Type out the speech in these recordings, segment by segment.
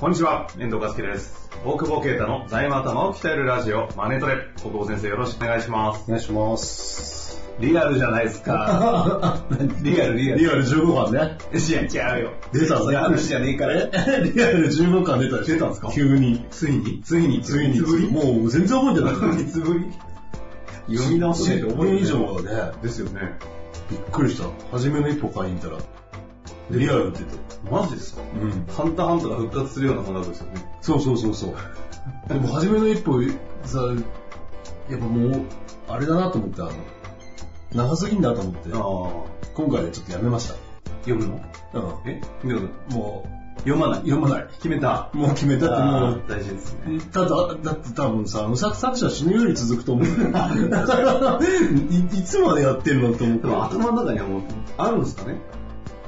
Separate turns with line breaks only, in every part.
こんにちは、遠藤和樹です。大久保啓太の財務頭を鍛えるラジオ、マネトレ。大久保先生、よろしくお願いします。
お願いします。
リアルじゃないですか。
リアル、リアル。リアル15番ね。
いや、違うよ。
出たぜ
リアルじゃねえから。
リアル15巻出たでしょ
出たんですか
急に。
ついに、ついに、
ついに。
つぶり
もう全然覚えてない。
いつぶり読み直して
10
え
分
る
以上だね。
ですよね。
びっくりした。初めの一歩買いに行ったら、リアルって言ってた。
マジですか
うん。
ハンターハンターが復活するような感覚ですよね。
そうそうそうそう。でも初めの一歩、さ、やっぱもう、あれだなと思って、あの、長すぎんだと思って、
あ
今回でちょっとやめまし
あ。読むの
た。うん。
えでも
も
読まない。
う、読まない。
決めた。
もう決めたってもう
あー、大事ですね。
ただ、だって多分さ、無作作者死ぬより続くと思 う。だから、いいつまでやってんのと思っ
でも
た
頭の中にはもう、あるんですかね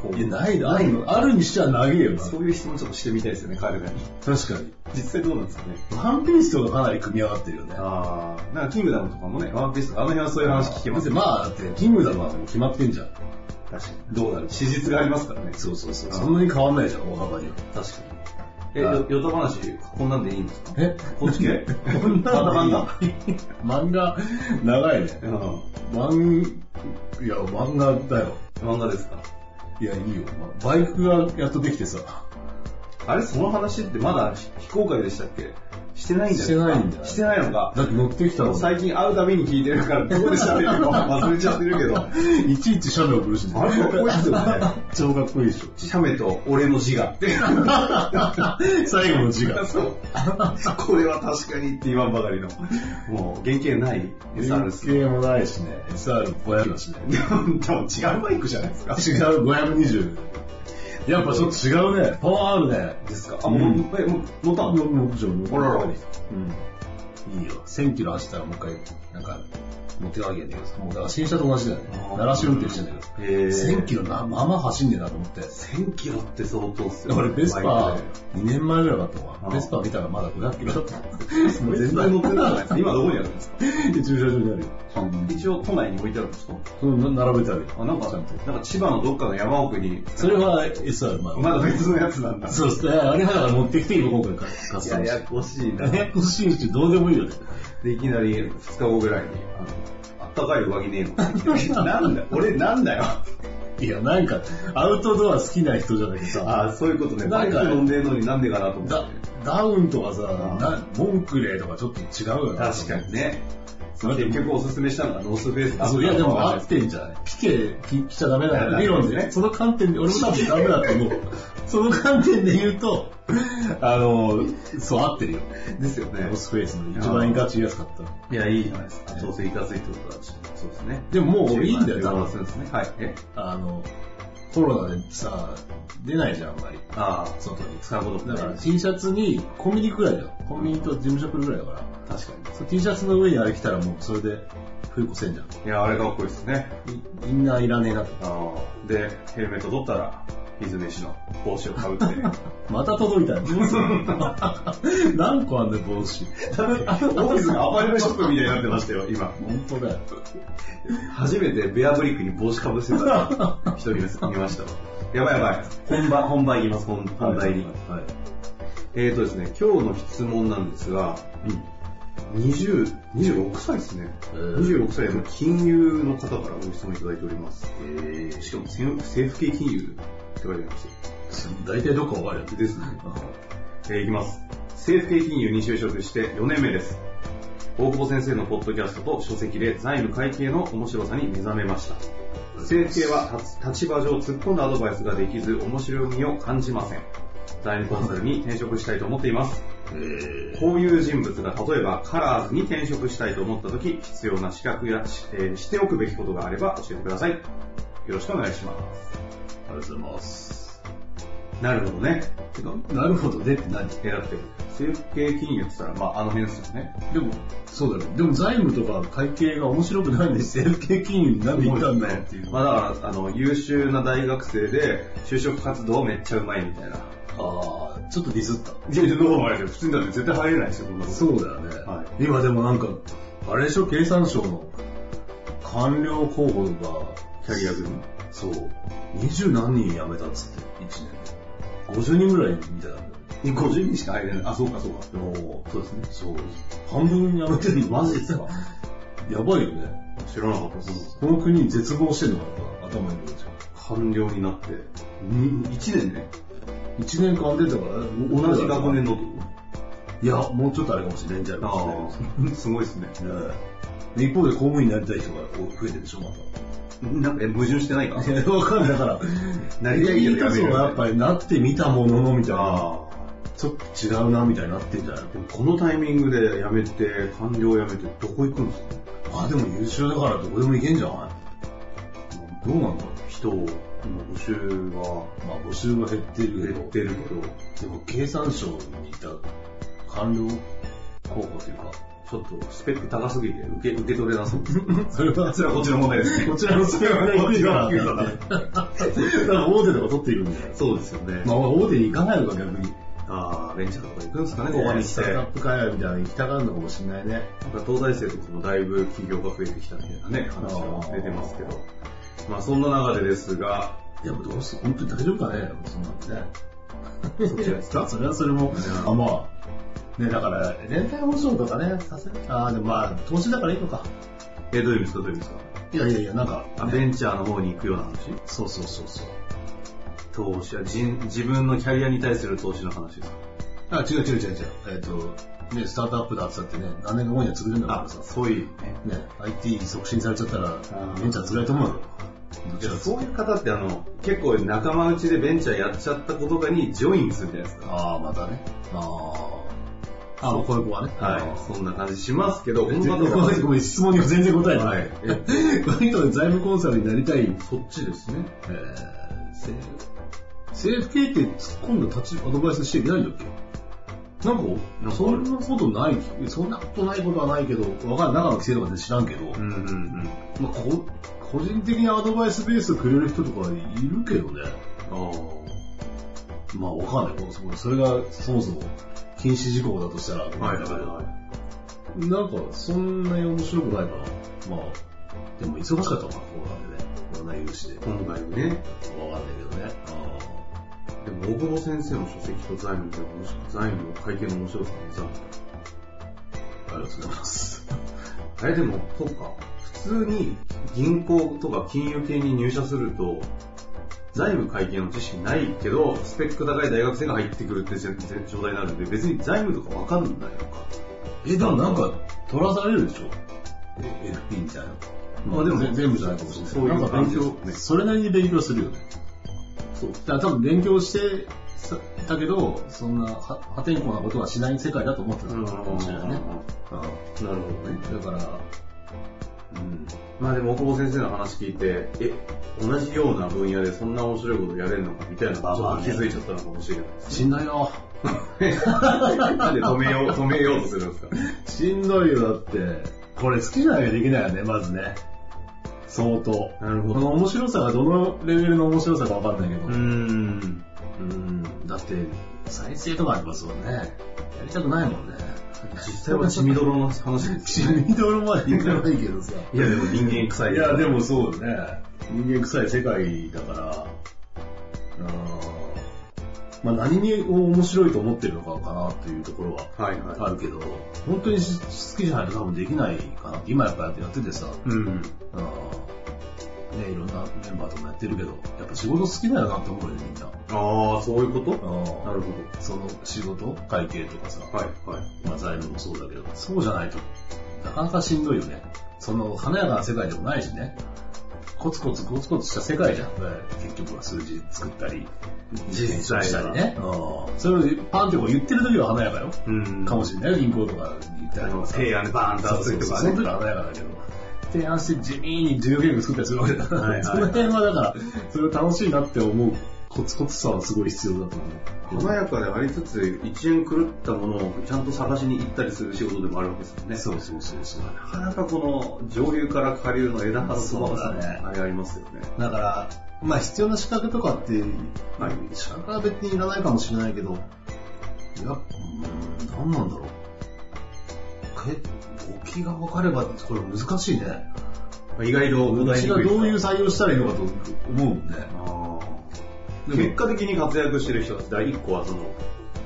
こう
いや、ないな、ないの。あるにしちゃ長えよな。
そういう質問ちょっとしてみたいですよね、彼らに。
確かに。
実際どうなんですかね。
ワンピースとかかなり組み上がってるよね。
ああ、なんかキングダムとかもね、ワンピースとか、あの辺はそういう話聞きますよ。
まあ、だって、キングダムはもう決まってんじゃん。
確かに。どうなる史実がありますからね。
そうそうそう。そんなに変わんないじゃん、大幅には。
確かに。え、
あ
よ、ヨタ話、こんなんでいいんですか
え
こっち系
こんな
ま
漫
だ
画漫画、長いね。
漫画
漫、いや、漫画だよ。
うん。漫画ですか。
いや、いいよ。まバイクがやっとできてさ。
あれ、その話ってまだ非非公開でしたっけしてないんじゃ
してないいんだよ
してないのか。
だって乗ってきたのに
最近会うために聞いてるから、どこで喋ってるか忘れちゃってるけど。
いちいち写メ送るしね。
あれかっこいいっすよね。
超かっこいい でしょ。
写メと俺の字がって。
最後の字が。
そう。これは確かにって言わんばかりの。もう、原型ない
原
SR ですけど。
型もないしね。SR500 だしね。
でも、でも違うバイクじゃないですか。
違う、520。やっぱちょっと違うね。パワーあるね。
ですか。あ、もう、
うん
え、もう、乗ったの
もちろん。
あらら
うん。いいよ。1000キロ走ったらもう一回、なんか、持ってかなきゃいけないからもうだから新車と同じだよね
あー。
鳴らし運転してんだけど。
え
1000キロな、まあまあ走んねえなと思って。
1000キロって相当っすよ。
俺、ベスパ
バイ
ー
クで、
2年前ぐらいだった
あ
わ。
ー
ベスパー見たらまだ500キロだった。もう
全然
全
乗
然
ってないじゃないで すか。今どこにあるんですか
駐車場にあるよ。
一応都内に置いてあるんですか
そう、並べてあるよ。
あ、なんか、
ちゃんと。
なんか千葉のどっかの山奥に、
それは SR、まあ。
まだ別のやつなんだ。
そうですね。あれはだから持ってきて今今回カスタムして。
やこしいな。
ややこしいし、どうでもい いよね。
で、いきなり2日後ぐらいに、あの、あったかい上着ねえのって言って。なんだ、俺なんだよ。
いや、なんか、アウトドア好きな人じゃないとさ、
あ、そういうことね。
な
バイ
ん
ク
か
飲んでるのになんでかなと思っ
ダ
て。
ダウンとかさ、
あ
なモンクレーとかちょっと違うよね。
確かにね。
それで
結局おすすめしたのがノースフェイスだ
あ、
った
そう、いやでも合っ
い
てんじゃないピケき来ちゃダメ
い
だ
や
よ。理論
ダ
で
メですね
ね。その観点で、俺も多分ダメだと 思う。その観点で言うと、あの、そう合ってるよ。
ですよね
ロ。スペースの一番ガチ安かった。
いや、いいじゃないですか。調整いかついってことだし。そうですね。
でももういいんだよ、
多
多分
分。。そうですね。はい。え
あの、コロナでさ、出ないじゃん、あんまり。
ああ、
外に。
使うことも
だ
ない
から T シャツに、コンビニくらいだよ。コンビニと事務所くらいだから。
確かに。
そう T シャツの上にあれ着たらもうそれで冬越せんじゃん。
いや、あれかっこいいですね。
イインナーいらねえなと。
あの、で、ヘルメット取ったら、水ズネシの帽子を かぶって。
また届 いたよ。何個あんね帽子。
オフィスがアパレルショップみたいになってましたよ、今。
本当だよ。
初めてベアブリックに帽子かぶせてた一人見ましたわ。やばいやばい。本番、本番いきます、本本題に。
はい。
えーとですね、今日の質問なんですが、20、26歳ですね。
えー
26歳の金融の方からご質問いただいております。
え
しかも政政府系金融って書いてあります。
ー、大体どこ終わるやつ
ですね。えーいきます。政府系金融に就職して4年目です。大久保先生のポッドキャストと書籍で財務会計の面白さに目覚めました。政府系は立立場上突っ込んだアドバイスができず面白みを感じません。財務コンサルに転職したいと思っています。
え
こういう人物が例えばカラーズに転職したいと思った時必要な資格やし,、えーしておくべきことがあれば教えてください。よろしくお願いします。
ありがとうございます。
なるほどね。てか
なるほどねって
え
何
ーだって、政府系金融って言ったら、まあ、あの辺ですよね。
でも、そうだね。でも財務とか会計が面白くないんで、 政府系金融になんで行ったんだよっていう。
まあ、だから、あの、優秀な大学生で、就職活動めっちゃうまいみたいな。
あー、ちょっとディスった。
いやいや、どうもあれですよ。普通にだって絶対入れないですよ、こんなこと。
そうだよね。
は
今でもなんか、あれでしょ、経産省の官僚候補が、
キャリア組。
そう、二十何人辞めたっつって、一年で。50人ぐらいみたいなんだよ。
50人しか入れない。あ、そうか、そうか。
も
そうですね。
う、そう、半分辞めてるのマジですかやばいよね。
知らなかったです。
この国に絶望してるのがやっぱ頭にくるじゃん。
官僚になって、1年で、
一年間出たから、
同
同
じ
じ
学
学
年
年。
の。
いや、もうちょっとあれかもしれんじゃないか
あ
もし
あ、すごいですね。
れない。で一方で公務員になりたい人が増えてるでしょ、また。
なんか、え矛盾してないか
いやわかんない。だから、
なりたいけどやめる
いやいいとこはやっぱりなってみたものの、みたいな。
ああ。
ちょっと違うな、みたいになってんじゃない
でもこのタイミングで辞めて、官僚辞めて、どこ行くんですか
あ、でも優秀だからどこでもいけんじゃないどうなんだろ
人を、今募集は
う。まあ、募集は減ってるけ
減
ど
っ、てるけど、
でも経産省にいた官僚候補というか、
ちょっとスペック高すぎて受け受け取れなそうです。
それ は、
それはこっちの問題ですね。
こちらのそれはね、
こっちが低
低
さ
さ
だ
だね。だから大手とか取っていくんだよ。
そうですよね。
まあ、大手に行かないのか、逆に。
ああ、ベンチャーとか行くんですかね、ここに
ス
して。
タートア
な
ップ界隈みたいなのに行きたがるのかもしれないね。
んか東大生とかもだいぶ企業が増えてきたみたいなね、話が出てますけど。まあそんな中でですが、
でもどうする本当に大丈夫かねそんなのね。
そっちですか
それはそれも
う、ん
あ、まあ、ね、だから、連帯保証とかね、させああ、でもまあ、投資だからいいのか。
え、どういう意味ですか、どういう意味ですか。
いやいやいや、なんか、
あ
ね
ベンチャーの方に行くような話
そうそうそうそう。
投資は人自分のキャリアに対する投資の話ですか
あ、違う違う違う違う。えっ、と、ね、スタートアップだっつってね、何年か後には潰れるんだか
あ
ら、さ、
そういうね。
ね、IT 促進されちゃったら
ー、
ベンチャー辛いと思うよ。どっ
じ
ち
ゃ
か
あ
っつう
そういう方ってあの、結構仲間内でベンチャーやっちゃった子とかにジョインするじゃないですか。
ああ、またね。ああ。ああ、こういう子はね。
はい。そんな感じしますけど、
ごめ
本
ん
場とか
ごめんごめん質問に全然答えてな
はいい。
この人財務コンサルになりたい、
そっちですね。
えー、政府系って突っ込んだ立ちアドバイスしていないんだっけなんか、
なんかある
そんなことない、そんなことないことはないけど、わかんない、中の規制とかで知らんけど、
うんうん うん。
まあ、こ個人的にアドバイスベースをくれる人とかいるけどね。
あ
まあ、わかんない。もうそそれがそもそも禁止事項だとしたら、
あ。はいはいは
なんか、そんなに面白くないかな。まあ、でも忙しかったのかな、コロナでね。コロナ融資で。
い。今回ね、
わかんないけどね。
でも大久保先生の書籍と財務って面白い財務の会計の面白さのさ、
ありがとうございます。
あれでも、そうか。普通に銀行とか金融系に入社すると、財務会計の知識ないけど、スペック高い大学生が入ってくるってぜぜ状態になるんで、別に財務とかわかんないのか。
え、でもなんか、取らされるでしょえ ?FP みたいな。まあでも全全部じゃないかもしれない。
そういう
なんか勉
感じです
強、
ね
それなりに勉強するよね。
そう。
だから多分勉強してさたけど、そんなは破天荒なことはしない世界だと思ってた
う
の
ん。
かもしれないね。う
なるほどね。
ん。だから、
うん。まあでも、大久保先生の話聞いて、え、同じような分野でそんな面白いことやれるのかみたいなの
ま
を
あ
ち
ま
ょ
あ
っ
ね
と気づいちゃったのかも しれない。
しんどいよ。
なんで止めよう、止めようとするんですか
しんどいよ、だって。これ好きじゃなきゃできないよね、まずね。相当。
なる
この。面白さがどのレベルの面白さかわかんないけど。
うーん。
うん。だって、再生とかありますもんね。やりたくないもんね。
実際は血みどろの話です。
死にどろまでいかないけどさ。
いやでも人間臭い
い
です
や、でもそうだね。人間臭い世界だから、うーんまあ何を面白いと思ってるのかかなっていうところは
はいはい。
あるけど、本当にし好きじゃないと多分できないかなって、今やっぱやっててさ、
うん。
うんね、いろんなメンバーともやってるけど、やっぱ仕事好きだよなって思うよね、みんな。
ああ、そういうことな
う
る
ん
ほ
その仕事、会計とかさ、
ど。はい、はい。
まあ財務もそうだけど、そうじゃないと、なかなかしんどいよね。その、華やかな世界でもないしね。
コツコツコツコツした世界じゃん。結局は数字作ったり、し
実際
たり
は
ね。うんそれをパンってこう言ってる時は華やかよ。
うん
かもしれないよ。銀行とか行ったりとかさ。
提案でバーンと熱いとか
そうそ
ね
うそうその時は華やかだけど。提案して地味に重要ゲーム作ったりするわけだから、
はいはい
その辺はだから、それ楽しいなって思うコツコツさはすごい必要だと思う。
華やかでありつつ、一円狂ったものをちゃんと探しに行ったりする仕事でもあるわけですよね。
そうそうそうそう。
なかなかこの上流から下流の枝葉の細かさ
そうだね
あれありますよね。
だから、まあ必要な資格とかって、
はい
資格は別にいらないかもしれないけど、いや、うーん、何なんだろう。け簿記が分かれば、これ難しいね。
まあ意外と
うちがどういう
あ
採用したらいいのかと思うんで。
ー結果的に活躍してる人たち、第一個はその、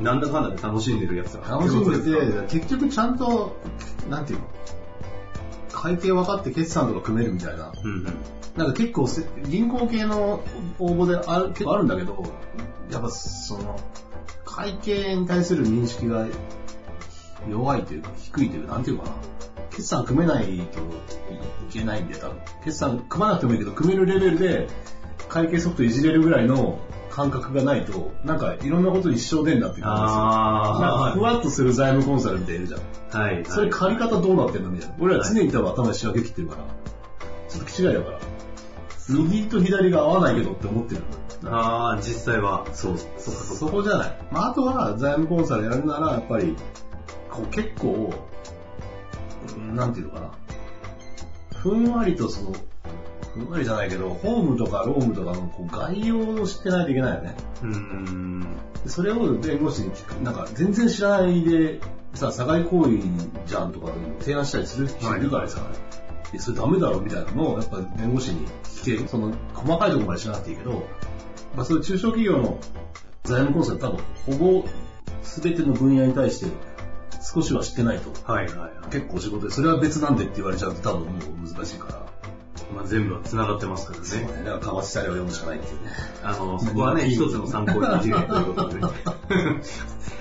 なんだかんだで楽しんでるやつだ
楽しん
というこ
でて、結局ちゃんと、なんていうの会計分かって決算とか組めるみたいな。
とうんうん。
なんか結構せ、銀行系の応募である結構あるんだけど、やっぱその、会計に対する認識が弱いというか、低いというか、なんていうかな。決算組めないといけないんで、多分。決算組まなくてもいいけど、組めるレベルで、会計ソフトいじれるぐらいの感覚がないと、なんかいろんなこと一生でんだって感じですよ。なんか
あ
ふわっとする財務コンサルみたいないるじゃん。
あ、はい。
それ借り方どうなってんのみたいな。俺ら常に多分頭仕上げ切ってるから。ちょっと気違いだから。右と左が合わないけどって思ってる。
ああ、実際は。そう。
そうそう、そこじゃない。まあ、あとは財務コンサルやるなら、やっぱり、こう結構、うんなんていうのかな。ふんわりとその、ふんわりじゃないけど、ホームとかロームとかのこう概要を知ってないといけないよね。
うん。
でそれを弁護士に聞く、なんか全然知らないで、さ、社外行為じゃんとか提案したりする人いるからさ、えそれダメだろみたいなのを、やっぱ弁護士に聞ける。その、細かいところまで知らなくていいけど、まあそういう中小企業の財務コンサル多分、ほぼ全ての分野に対して少しは知ってないと。
はいはいはい。
結構仕事で、それは別なんでって言われちゃうと多分もう難しいから。
まあ、全部は繋がってますから
そう
ね。
ね。だから、かわしたりを読むしかないっていうね。
あの、そこはね、一つの参考になるということ で。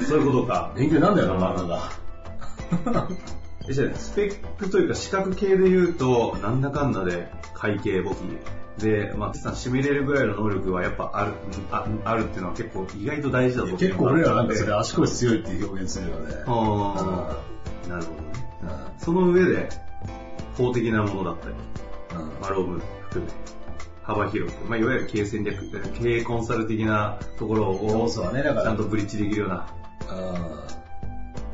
そういうことか。
勉強なんだよな、漫画が。
えじゃあスペックというか資格系で言うと、なんだかんだで会計簿記で、まあ、決算締めれるぐらいの能力はやっぱある、ああるっていうのは結構意外と大事だと思う。
結構俺らなんかそれ
あ
足腰強いっていう表現するよね。
あー、なるほどね。
うん
その上で、法的なものだったり、
うん
まあ、ローム含め、幅広く、まあ、いわゆる経営戦略、経営コンサル的なところ
要
を、
素はね、だか
ちゃ
ら
ん、とブリッジできるような、
あー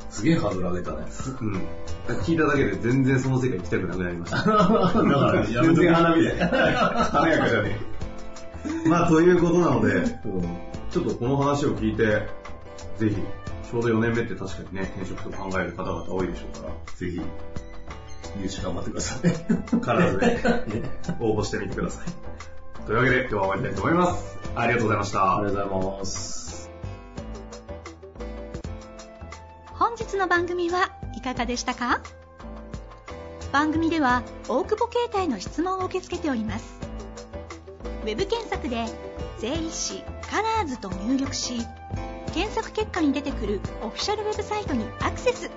すげえハードル上げたね。
うん。聞いただけで全然その世界行きたくなくなりました。
だから、やめ
全然
とけ。
花火で。華やかじゃねえ。 まあ、ということなので、ちょっとこの話を聞いて、ぜひ、ちょうど4年目って確かにね、転職とか考える方々多いでしょうから、ぜひ、
入試頑張ってください。
必ずね、応募してみてください。というわけで、今日は終わりたいと思います。ありがとうございました。
がとうございます。
本日の番組はいかがでしたか番組では大久保携帯の質問を受け付けておりますウェブ検索で「税理士カラーズと入力し検索結果に出てくるオフィシャルウェブサイトにアクセス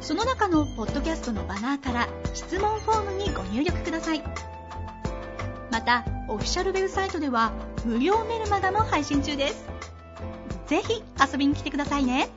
その中のポッドキャストのバナーから質問フォームにご入力くださいまたオフィシャルウェブサイトでは無料メルマガも配信中ですぜひ遊びに来てくださいね